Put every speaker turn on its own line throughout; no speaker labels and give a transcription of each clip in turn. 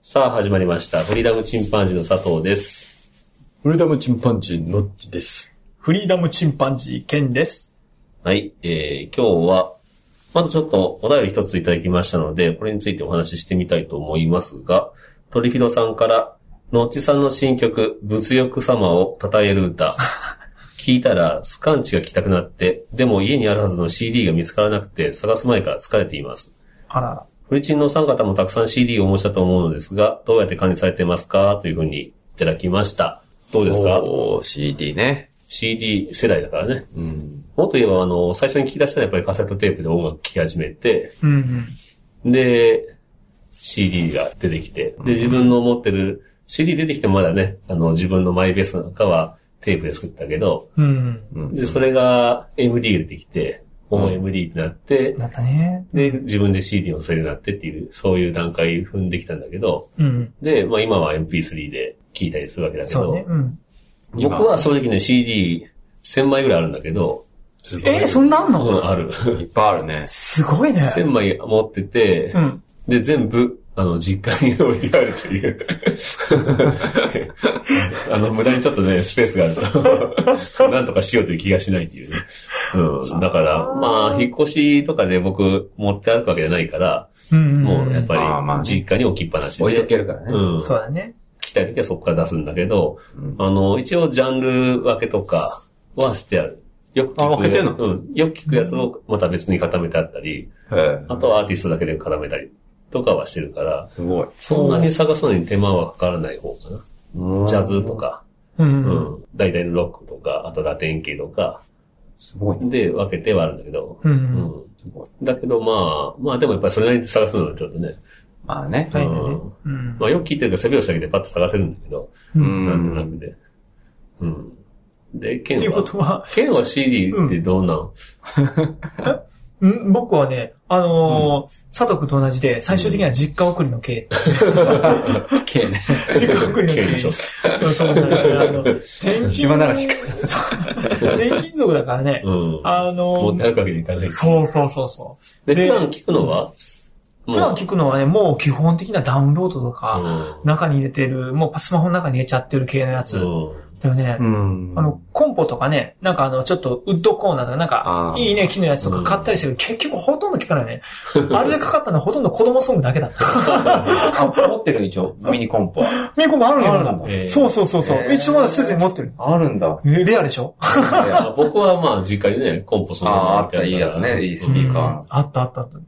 さあ、始まりました。フリーダムチンパンジーの佐藤です。
フリーダムチンパンジーのっちです。
フリーダムチンパンジー、ケンです。
はい、えー、今日は、まずちょっとお便り一ついただきましたので、これについてお話ししてみたいと思いますが、トリフィドさんから、のっちさんの新曲、物欲様を称える 歌。聞いたら、スカンチが来たくなって、でも家にあるはずの CD が見つからなくて、探す前から疲れています。
あら、
フリチンのお三方もたくさん CD をお持ちだと思うのですが、どうやって管理されてますかというふうにいただきました。どうですか
おー、CD ね。
CD 世代だからね。
うん。
もっと言えば、あの、最初に聞き出したのはやっぱりカセットテープで音楽聴き始めて、
うんうん。
で、CD が出てきて、で、自分の持ってる、CD 出てきてもまだね、あの、自分のマイベースなんかはテープで作ったけど、
うんうん。
で、それが MD が出てきて、もう MD ってなって、
なったね。
で、自分で CD をそれになってっていう、そういう段階踏んできたんだけど、
うんうん。
で、まあ今は MP3 で聴いたりするわけだけ
そう
ど、
ね。うん。
僕は正直ね CD1000 枚ぐらいあるんだけど、
すごい。
えー、そんなんあん
うん、
の
ある。
いっぱいあるね。
すごいね。
1000枚持ってて、
うん。
で、全部、あの、実家に置いてあるという。 あの、無駄にちょっとね、スペースがあると、 なんとかしようという気がしないっていうね。うん。だから、まあ、引っ越しとかで僕、持って歩くわけじゃないから、
うんん。
もうやっ
あーま
ぱ
あ
り、
ね
実家に置きっぱなしで。
置いとけるからね。
うん。
そうだね。
来たい時はそこから出すんだけど、
うん
あの、一応ジャンル分けとかはしてある。よく聞く。
あ分けてんの
うん。よく聞くやつをまた別に固めてあったり、
へ
あとはアーティストだけで絡めたりとかはしてるから、
すごい。
そんなに探すのに手間はかからない方かな。ジャズとか、
うん
う
うん。
ん。大体のロックとか、あとラテン系とか、
すごいね。
で分けてはあるんだけど、
うん
う
うん。
ん。だけどまあ、まあでもやっぱりそれなりに探すのはちょっとね、
まあ ね。
大変
う
ね
ん。
うん
ま。あよく聞いてるから背拍子だけでパッと探せるんだけど、
う
なんとなくで。うん。で、ケ
ってい
ン
うこ
は、
とは、
ケンは CD ってどうなん、
ん僕はね、あのー、佐藤くんと同じで、最終的には実家送りの系。
K ね。
実家送りの
ケン
系
でしょ。。
うん そうだね。あの、転勤。
島流しか
そう転勤族だからね。
うん。
あの
持ってあ
ー、
るわけにいかない。
そうそうそうそう。
で、
で
普段聞くのはもう
普段聞くのはね、もう基本的なダウンロードとか、
う
中に入れてる、もうスマホの中に入れちゃってる系のやつ。
ん。うん
でもね、
ん
あの、、コンポとかね、なんかあの、ちょっとウッドコーナーとか、なんか
あ、ー
いいね、木のやつとか買ったりしてるけど、結局ほとんど聞かないね。あれでかかったのはほとんど子供ソングだけだった。
あ、持ってる一応、ミニコンポは。
メイコもあるん
あるん
よ
だ
えー
そうそうそうそう。
えー
一応まだ施設に持ってる。
あるん だ。
レレアでしょ
あ僕はまあ、実家にね、コンポそ
あ
の
あ、あった、いいやつね。いいスピー
うん
カ
あったあったあった。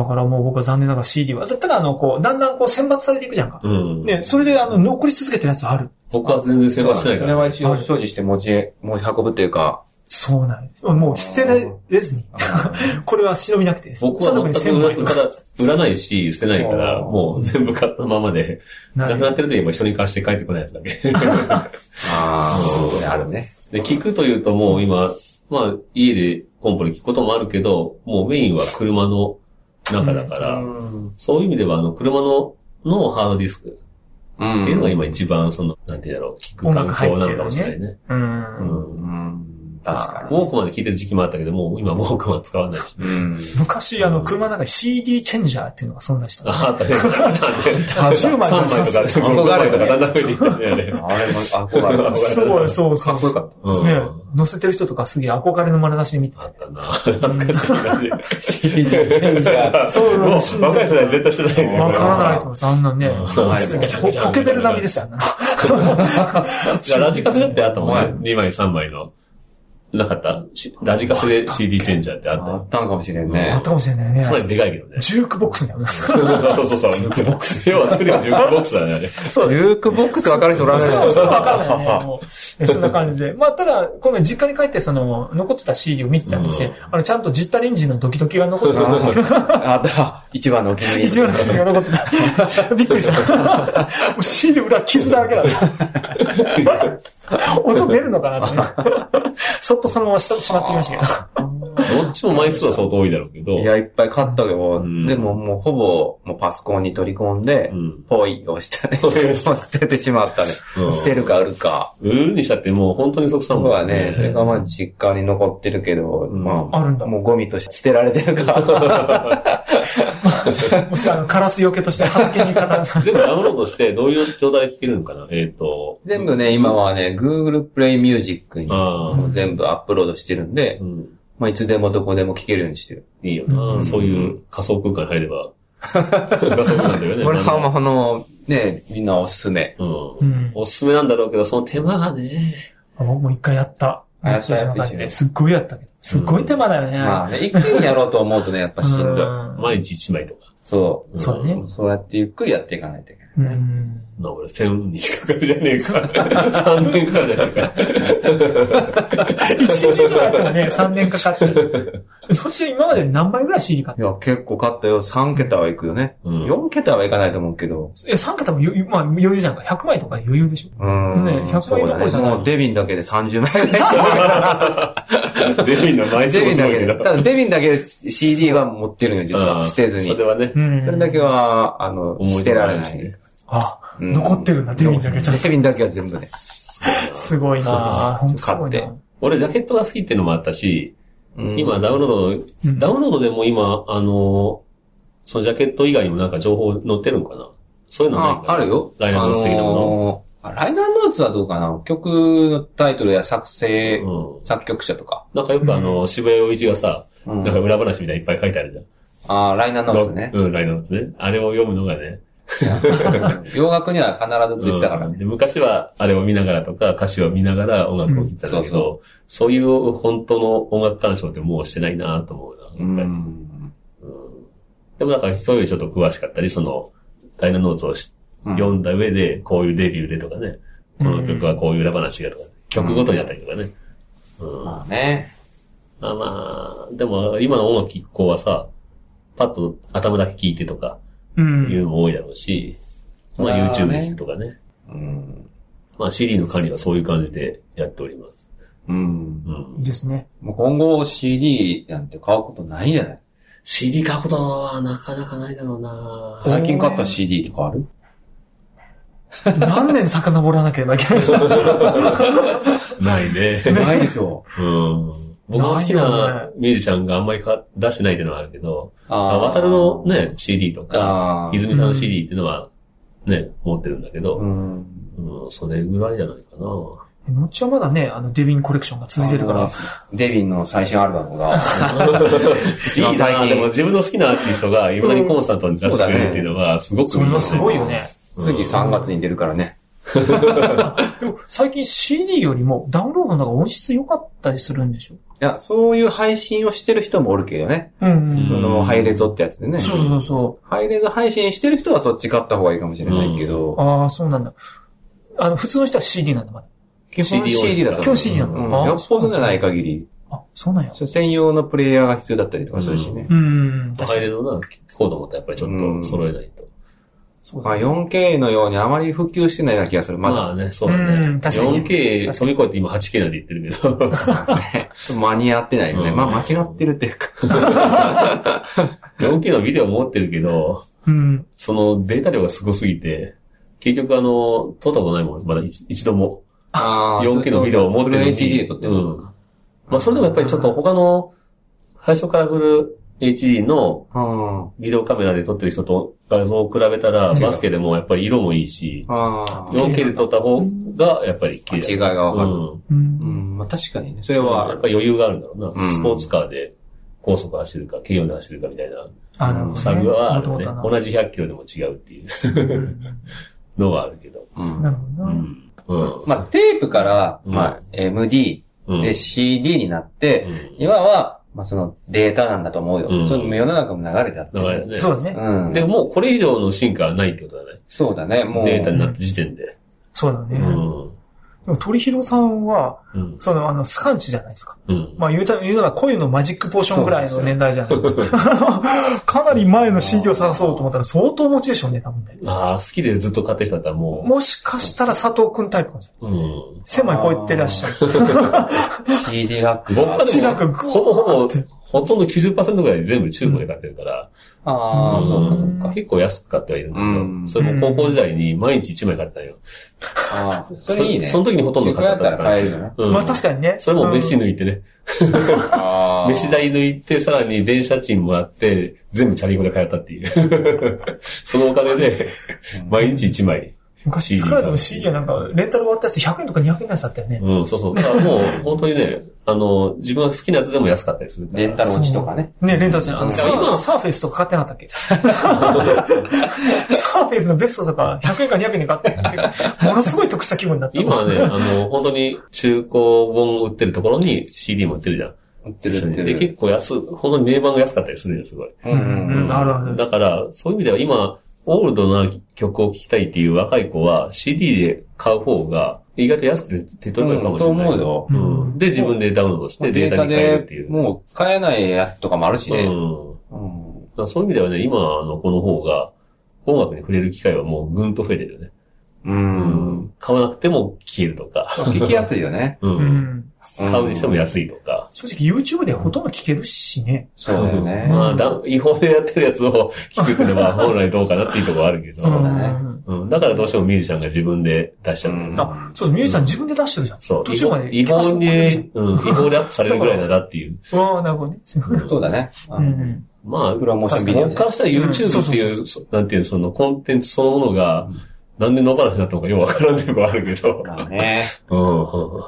だからもう僕は残念ながら CD は。だったらあの、こう、だんだんこう選抜されていくじゃんか。
うん。
ね、それであの、残り続けてるやつある。
僕は全然
ー。
世話しない
そ
か
れ
ら。
は一応掃除して持ち、持ち運ぶというか。
そうなんです。もう捨てれずに。これは忍びなくて。
僕は
佐藤
全
君
く
に
売
1000枚
ら
とか
売らないし、捨てないから、
あー
もう全部買ったままで、な
な
くなっ
る
てるといえば一緒に貸して帰ってこないやつだけ。
ああ、
そう
そうね、あるね。
で、聞くというともう今、まあ、家でコンポで聞くこともあるけど、もうメインは車の中だから、
うん。
そういう意味では、あの、車の、のハードディスク
うん。
っていうのが今一番、その、なんていうんだろう、聞く環境なのかもしれないね。う
う。
んん。
うん。確か
ウォ
に。
ークマンで聞いてる時期もあったけど、もう今ウォークマン使わ ないし。
うん。
昔、あの、車の中に CD チェンジャーっていうのが存在した。
ああったね。10
10枚
3枚と か、
憧れ
と
と
か、
か
だんだん増えてきたねあれ。
あれも憧れた。
そ
そううそうそう。
かっこよかった。
うん
ね、乗せてる人とかすげえ憧れの眼差しで見てた。
あったな。懐かしい感じ。
CD チェンジャー。
そう
もう、若い世代絶対知らない
わからな
と
いと思います。あんなんね。
うん
すげえポポケベル並みですよ、あんなの。
ラジカセだってあったもん
は
ね
い。
2枚、3枚の。なかったしラジカセで CD チェンジャーってあった
あ
よ
ったのかもしれん
あ
ね
っ。たかもしれない
かなり
ね。
でかいけどね。
ジュークボックスになりますか
そうそうそう、そう、ボックス。要は作りはジュークボックスだね、あれ。
そうルークボックスわかる人おらん
そう、そう、わかんない
よ
ね。もうえそんな感じで。まあ、ただ、この実家に帰って、その、残ってた CD を見てたんですね。あの、ちゃんとジッタリンジンのドキドキが残ってた。
ああった。一番のお気に入り。
一応のドキドキが残ってた。びっ くりした。 もう CD 裏傷だらけだ った。音出るのかなってね。そっとそのままししまってきましたけど。
どっちも枚数は相当多いだろうけど。
いや、いっぱい買ったけど、
うん
でももうほぼ、もうパソコンに取り込んで
う、ん。
ポイをしたね。もう捨ててしまったね。
うん
捨てるか売るか。
売るにしたってもう本当に即さ
僕
もん
はね、それがま あ実家に残ってるけど、
ん
ま
あるんだ
あ、。もうゴミとして捨てられてる から。
もしくは、あの、カラスよけとして畑に方 さ
全部ダウンロードして、どういう状態で聴けるのかなえっ、と。
全部ね、今はね、Google Play Music に
ああ、
全部アップロードしてるんで
う、ん。
まあいつでもどこでも聴けるようにしてる。
いいよな、
うん
そういう仮想空間に入れば。仮想空間だ よね。
これはまああの、ね、みんなおすすめ。
う。
うんん。
おすすめなんだろうけど、その手間がね。
あ僕も一回やった。
あやっ
夏
た
休みの中ですっごいやったけど。すっごい手間だよね。
まあね、一気にやろうと思うとね、やっぱしん
う
どい。
ん
毎日1枚とか。
そ
そうだね
う。そうやってゆっくりやっていかないといけない。
うん。
な、俺、1000日かかるじゃねえか。3年からじゃねえか。
一日以上やっても ね、3年かかっちゃう。途中今まで何倍ぐらい CD 買った
いや、結構買ったよ。3桁はいくよね。
うん
4桁はいかないと思うけど。
え、3桁も余裕、まあ余裕じゃんか。100枚とか余裕でしょ。
うん。
ね100
そうだ
どころ
ね。
じゃない
もうデビンだけで30枚 ぐら い。
デビンの枚数
デ
も
ビン
す
だ
ごい
け
け
で。
ど。
ただデビンだけで CD は持ってるのよ、実
あ
は。
あ
捨てず
そ
に
れ。はね。
うん。
それだけ。は、あの、
思い
捨
出
て
も
ら
あ
れ
る
な
し
い。
あ、
うん
残ってるんだ、デビンだけちゃんと
デビンだけは全部ね。
すごいな本当すごい
買
な
っ
俺、ジャケットが好きってのもあったし、
うん
今、ダウンロードの、
うん
ダウンロードでも今、あの、そのジャケット以外にもなんか情報載ってるんかなそういうのない
あ
か、な
あるよ。
ライナーノーツ的なも
あのーあライナーノーツはどうかな曲のタイトルや作成、
の。うん。
作曲者とか。
なんかよくあの、渋谷陽一がさ、
うん
なんか裏話みたいにいっぱい書いてあるじゃん。
あーライナーノーツね。
うん、ライナーノーツね。あれを読むのがね。
洋楽には必ずついてたから
うん
ね。
で昔はあれを見ながらとか、歌詞を見ながら音楽を聴いてたんだけ
うんそう
ど、そういう本当の音楽鑑賞ってもうしてないなと思うな。やっぱ
う
り
ん。
でもなんか人よりちょっと詳しかったり、その、ダイナノーツをし
うん
読んだ上で、こういうデビューでとかね、この曲はこういう裏話がとか、曲ごとにあったりとかね。うん。ま
まあね。
あまあ、でも今の音楽聴く子はさ、パッと頭だけ聴いてとか、
う。
いうんのも多いだろうし、
うん
まあ
そ
YouTube
うだね
で聴くとかね。
うん。
まあ CD の管理はそういう感じでやっております。
うん。
うん
いい。ですね。
もう今後 CD なんて買うことないんじゃない
CD 買うことはなかなかないだろうな
最近買った CD とかある
何年遡らなければいけない の
ないね。
ないでしょ。
うん。僕の好き
ない
な
よ
ミュージシャンがあんまりか出してないっていうのはあるけど、まあ
あ
渡るの。ね、CD とか、
ああ。
泉さんの CD っていうのはね、持ってるんだけ
う
ど、
ん。
うん、それぐらいじゃないかな。
後はまだね、あの、デビンコレクションが続いてるから。
あの。デビンの最新アルバムが。
い
一番
いな
最
でも
近。
自分の好きなアーティストが、いまだにコンサートに出してくれるっていうのは、すごく
それはすごいよね。
うん
次3月に出るからね。
でも、最近 CD よりもダウンロードの方が音質良かったりするんでしょ
いや、そういう配信をしてる人もおるけどね。
うんうん。
そ
うん
の、ハイレゾってやつでね。
そうそうそ
ハイレゾ配信してる人はそっち買った方がいいかもしれないけど。
う。ああ、そうなんだ。あの、普通の人は CD なんだ、まだ。
基本 CD だった。
今日 CD な
う
の
ん。よっぽどじゃない限り。
あ、そうなんや。
そう専用のプレイヤーが必要だったりとかするしね
う。ん、確
入
か
れ
に。
るな、聞こうと思ったらやっぱりちょっと揃えないと。
そうだ
まあ 4K のようにあまり普及してないような気がする。ま
まあ
だ。
ね、そうだね。
うん確かに
4K 飛び越えて今 8K なんて言ってるけ ど。
ちょっと間に合ってないよね。
うん
まあ間違ってるってい うか。
4K のビデオ持ってるけど、
うん。
そのデータ量がすごすぎて、結局あの、撮ったことないもん、まだ一一度も。
あ
4K のビデオを持ってるのに。
フル HD で撮ってる。
うん。まあそれでもやっぱりちょっと他の、最初からフル HD の
うん。あ
ビデオカメラで撮ってる人と画像を比べたら、
違う
バスケでもやっぱり色もいいし、
あ。
4K で撮った方がやっぱり綺麗。
違いがわかる。
うん。
う。
うんん。まあ確かにね。それ
では、や
は
っぱ、り余裕があるんだろうな。
うん
スポーツカーで高速走るか、軽量で走るかみたいな、
あ、なるほどね。
差がはある
元
ね
々。な
同じ100キロでも違うっていうのはあるけど。
うん
なるほど
う
な。
ん。うん。
まあテープから、
うん
まあ MD、
うん
で、CD になって、今は、まあ、そのデータなんだと思うよ。
うん
その世の中も流れだって
だか
る。
らね。
そうだね。
うん。
で、もうこれ以上の進化はないってことだね。
そうだね、もう。
データになった時点で。
そうだ
う
ね。
ん。
でも鳥広さんは、
うん。
その、あの、スカンチじゃないですか。
うん。
まあ言うたら、言うなら恋のマジックポーションぐらいの年代じゃないですか。かなり前の CD を探そうと思ったら相当持ちでしょうね、多分ね。
ああ、好きでずっと買ってきたんだったらも
もしかしたら佐藤くんタイプかもしれない。
う、うん。
狭い声ってらっしゃる。
CD ラック
僕は
が。
で
シ
も
ラク、
ほぼほ
グワー
ぼ
って、
ほとんど90%ぐらい全部中古で買ってるから、
あ
う
あ、
ん
そうかそうか。
結構安く買ってはいるんだけど、
うん
それも高校時代に毎日1枚買ってたよ。
ああ、それいいね。
そその時にほとんど買っちゃった
中華やったら買えるよね。
うん
まあ確かにね。
それも飯
うん
抜いてね。
あ あ
飯代抜いて、さらに電車賃もらって、全部チャリンコで通ったっていう。 そのお金で、毎日1枚。
昔
CD
作られた CD はなんか、レンタル終わったやつ100円とか200円のやつだったよね。
うん、そうそう。だからもう、本当にね、あの、自分が好きなやつでも安かったりするから。
レンタル落ちとかね。
ね、レンタルじゃないあの、サ
今
ーサーフェイスとか買ってなかったっけサーフェイスのベストとか100円か200円で買って、ものすごい得した気分になっ た。
今はね、あの、本当に中古本売ってるところに CD も売ってるじゃん。
売ってる売って
で、
る。
結構安、本当に名盤が安かったりするんですごい。
うんうん
うんあるある
だから、そういう意味では今、オールドな曲を聴きたいっていう若い子は CD で買う方が意外と安くて手っ取り早いかもしれない。
うんと思
うよ
んで、自分でダウンロードしてデー
デー
タ
タ
に変えるってい
で
う。、
もう買えないやつとかもあるし
う
ね。
ん。だ
うん
からそういう意味ではね、今の子の方が音楽に触れる機会はもうぐんと増えてるよね。
う
うん
ん。
買わなくても消えるとか。
聞きやすいよね。
う。
うんん。
買うにしても
や
安いとか。
正直 YouTube でほとんど聞けるしね。
そうだよね。
まあ、だ違法でやってるやつを聞くっていうの は本来どうかなっていうところはあるけど。
うだね
ん
うん。だからどうしてもミュージシャンが自分で出しちゃうんだよね。
うん
あ、そうだ、ミュージシャン自分で出してるじゃん。
そう。
途中まで
違法
聞かせてもらってる
に、うん、違法でアップされるぐらいだなって いう。
じゃん。ああ、なるほどね。
そうだね。
う。ん。
まあ、
プロモーションビデオね
僕からしたら
うんそ
YouTube
う
っ
そう
て
そう
いう、そなんていうの、そのコンテンツそのものが、なんで野放しになったのかよくわからんっていうのはあるけ ど。
まあね。
う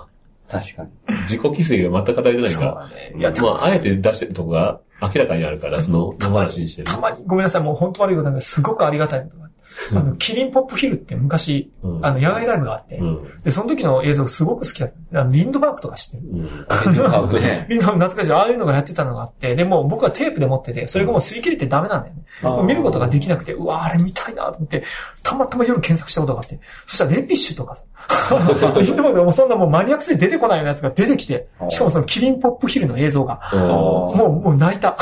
確かに。
ん。自己規制が全く足りてない
そう
か
だね。
ら。
い
い
や、
や、
で
ま
も
あ、あえて出してるとこが明らかにあるから、その野放しにしてる。
たまに、ごめんなさい、もう本当悪いことなんですごくありがたいことがあって。あの、キリンポップヒルって昔、
うん
あの、野外ライブがあって
う、ん。
で、その時の映像すごく好きだった。あのリンドバークとか知ってる。
うん。
買うね。
リンドバーク懐かしい。ああいうのがやってたのがあって、でもう僕はテープで持ってて、それがもう吸い切れてダメなんだよね。
あー
もう見ることができなくて、うわーあれ見たいなと思って、たまたま夜検索したことがあって、そしたらレピッシュとか さ、リンドバークがもうそんなもうマニアックすぎて出てこないようなやつが出てきて、しかもそのキリンポップヒルの映像が、
うん
もう、もう泣い た。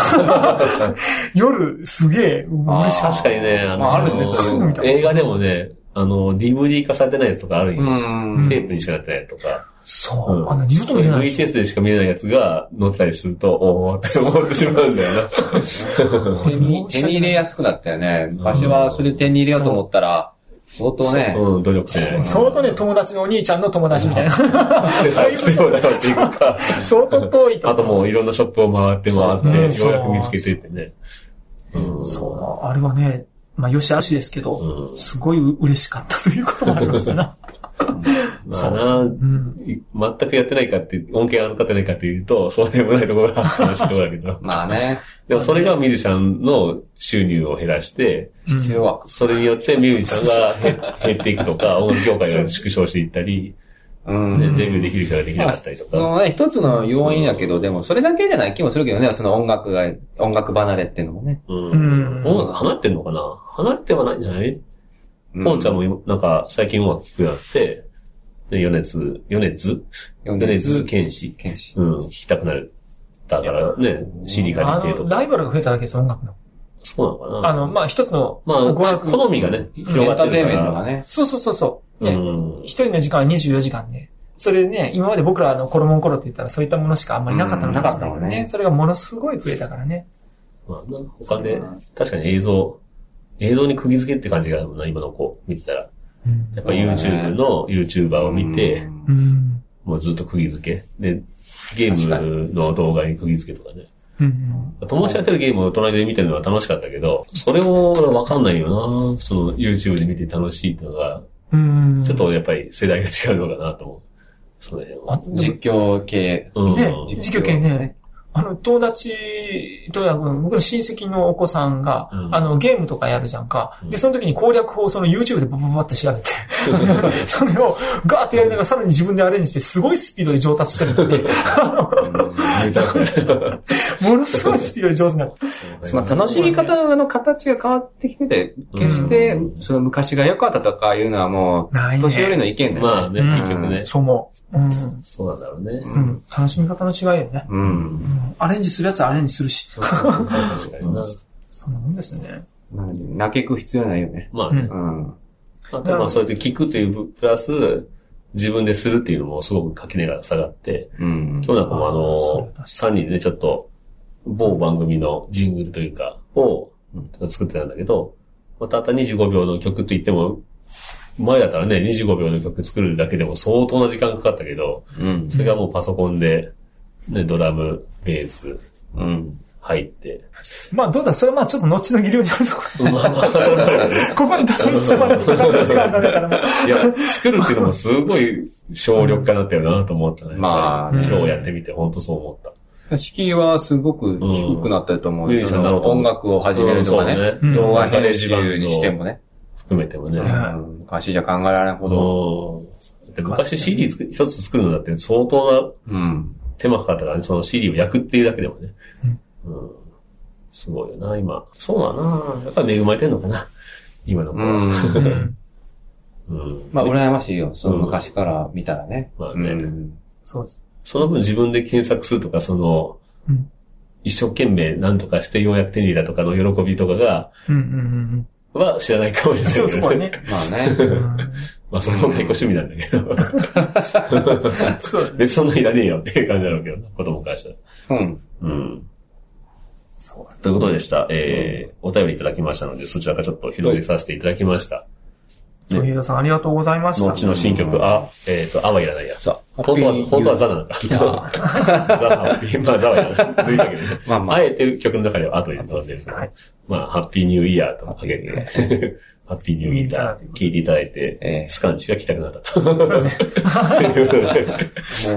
夜、すげえ、嬉しかっ
確。
た
かにね、
まああるねそういう
の
映画でもね、あの、DVD 化されてないやつとかあるん
う
よ。
ん。
テープにしかなってないやつとか。
そうう。
ん
あの、二度と見れないし。
VTS でしか見れないやつが乗ってたりすると、おおって思ってしまうんだよ
これ
手に手に入れやすくなったよね。昔はそれ手に入れようと思ったら、相当ね
な。。うん、努力してない。
相当ね、友達のお兄ちゃんの友達みたい な。
そうそうだよっていうか。
相当遠いと
あともういろんなショップを回って回って、
そう
ようやく見つけていってね。うん。
そうな。あれはね、まあ、よしあしですけど、
うん。
すごい嬉しかったということもありますよな。
まあな、
うん。
い全くやってないかって、恩恵預かってないかっていうと、そうでもないところが話してこだけど。
まあね。
でもそれがミュージシャンの収入を減らして、
必要枠。
それによってミュージシャンが減減っていくと か、音楽業界が縮小していったり、
うん。
ね、デビューできる人ができなかったりと
そ
か。
のね、一つの要因やけど、でもそれだけじゃない気もするけどね、その音楽が、音楽離れっていうのもね。
うん
うん
音楽離れてんのかな離れてはないんじゃないポンちゃんも今なんか最近音楽聴くようになって、ね、米津、米津
読ん
米
で
津玄師。
剣士。
うん、聴きたくなる。だからね、CD 借
あ
りてと
の、
か。
ライバルが増えただけです、音楽の。
そうなのかな
あの、まあ、一つの、
まあ、好みがね、広
エ
が
ン
っ
タ
て
ーテイ
るか
ンメン
ら
トが。ね。
そうそうそうそう。
う
ね
ん
一人の時間は24時間で、それね、今まで僕らの子供の頃って言ったらそういったものしかあんまりなかったのかもしれないけど
うんなかったもん
ね。
ね
それがものすごい増えたからね。
まあな、他で、確かに映像、映像に釘付けって感じがあるもんな、今の子見てたら。
うん
やっぱ YouTube の YouTuber を見て、
うん。
もうずっと釘付け。で、ゲームの動画に釘付けとかね。
うん。
友達がやってるゲームを隣で見てるのは楽しかったけど、それも俺わかんないよなその YouTube で見て楽しいっていうのが、
うん。
ちょっとやっぱり世代が違うのかなと思う。その辺は。
あ、じ
実況系。
うん。
ね、実況系ね。あの、友達と、僕の親戚のお子さんが、
うん
あの、ゲームとかやるじゃんか。
うん
で、その時に攻略法をその YouTube でババババって調べて、それをガーってやりながらさらに自分でアレンジしてすごいスピードで上達してるので、ものすごいスピードで上手になる。
まあ、楽しみ方の形が変わってきてて、決して、その昔が良かったとかいうのはも、
ないうね。
年寄りの意見だよね。
まあね、
うん
結局ね。
そう思う。うん。
そうなんだ ろうね。
うん。楽しみ方の違いよね。
うん。
うんアレンジするやつはアレンジするし。
確かにな。
そんなもんですね。
なので泣けく必要ないよね。
まあね。
うん。
あと、まあ、そうやって聞くというプラス、自分でするっていうのもすごく垣根が下がって、
うん。
今日なんかもあ
あーそう
の
確、かに
3人でちょっと、某番組のジングルというか、を
うん
ちょっと作ってたんだけど、またたった25秒の曲といっても、前だったらね、25秒の曲作るだけでも相当な時間かかったけど、
うん。
それがもうパソコンで、ね、ドラム、ベース、
うん。
入 って。
まあどうだ、それはまあちょっと後の技量によるとこ
まあまあ、そうなんだね。
ろ。ここにたどり着くまでにかかる時間がかかるからもう。
いや、作るっていうのもすごい省力化になったよなと思ったね。
まあ
今日やってみて本当そう思った。
敷居はすごく低くなったと思う。
うん
その音楽を始めるとか
うん
ね。
そうね
動画編集にしてもね。
含めてもね。
ん
うん昔じゃ考えられないほ
う
ど。
んだって昔 CD 作一つ作るのだって相当
うん。
な手間かかったからね、その CD を焼くっていうだけでもね。うんすごいよな、今。そうだな。やっぱ恵まれてんのかな。今の子
う
は。
ん。
うん
うん
まあ、羨ましいよ。その
うん
昔から見たらね。
まあね
うん
そうです。
その分自分で検索するとか、その
うん、
一生懸命何とかしてようやく手に入れたとかの喜びとかが、
うんうん
は知らないかもし
う
れ
ん。
ないけ
そ
ど。
う、そこはね。
まあ
う
ね。
ん
まあ、それも結構趣味なんだけど。
そうだね。
別にそんないらねえよっていう感じだろうけどな、子供からしたら。
うん。
うん。
そうだね
ということでした。えー、お便りいただきましたので、そちらからちょっと広げさせていただきました。
鳥枝さんありがとうございました。
後の新曲、あ、えっ、と、あはいらないや。
そう。
本当は、本当はザなのか。 ザハッピー、まあザはいらない。というわけでね
まあまあ
あえて曲の中ではあということですけど
はい
まあ、ハッピーニューイヤーとかけて、ハッピーニューイヤー聞いていただい
え
て、
え
スカンチが来たくなったと。
そうですね。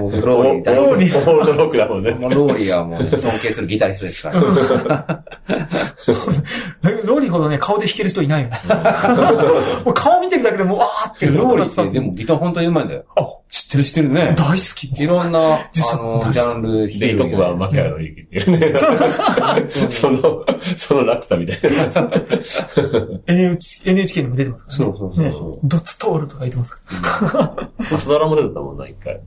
もう、
ロ
ローリ
ーリ
ー
ー、
大
ロ
好
ー
き。
リー、オールドロックだもんね。
もうローリーはもうね、尊敬するギタリストですから。
ローリーほどね、顔で弾ける人い ないよね。もう顔見てるだけでもう、わーって、
ロ
ロー
ーリ
リ
ー
ー
って、でもギター本当にうまいんだよ。
あ、
知ってる知ってるね。
大好き。
いろんな、あ
実は
の、ジャンル弾け
で、い
るよ
と
ね
こが牧原のゆきっていうね。その、その落差みたいな。
NH NHK にも出てますからね。
そうそうそう
ね
そ
ドッツトールとか言ってますから。
朝ドラも出てたもんな、一回。
う。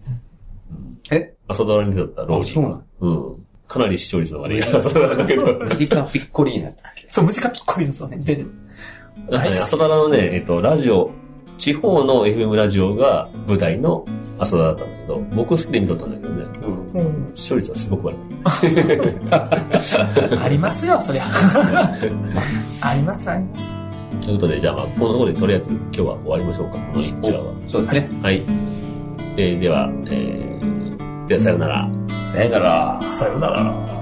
え
朝ドラに出てた、ローリー。
あそうなの
うん。かなり視聴率の悪い朝ドラだけど。
二時間ピッコリーなったっけ
そう、ムジカピッコリのそうね、出てる。
なんかね、朝ドラのね、えっと、ラジオ、地方の FM ラジオが舞台の朝ドラだったんだけど、僕好きで見とったんだけどね、
うん。
うん
視聴率はすごく悪い。
ありますよ、そ りゃ。あります、あります。
ということで、じゃあまあ、このところでとりあえず今日は終わりましょうか、この一話は。
そうですね。
はい。えーでは、えーではさようなら。
さよなら。
さようなら。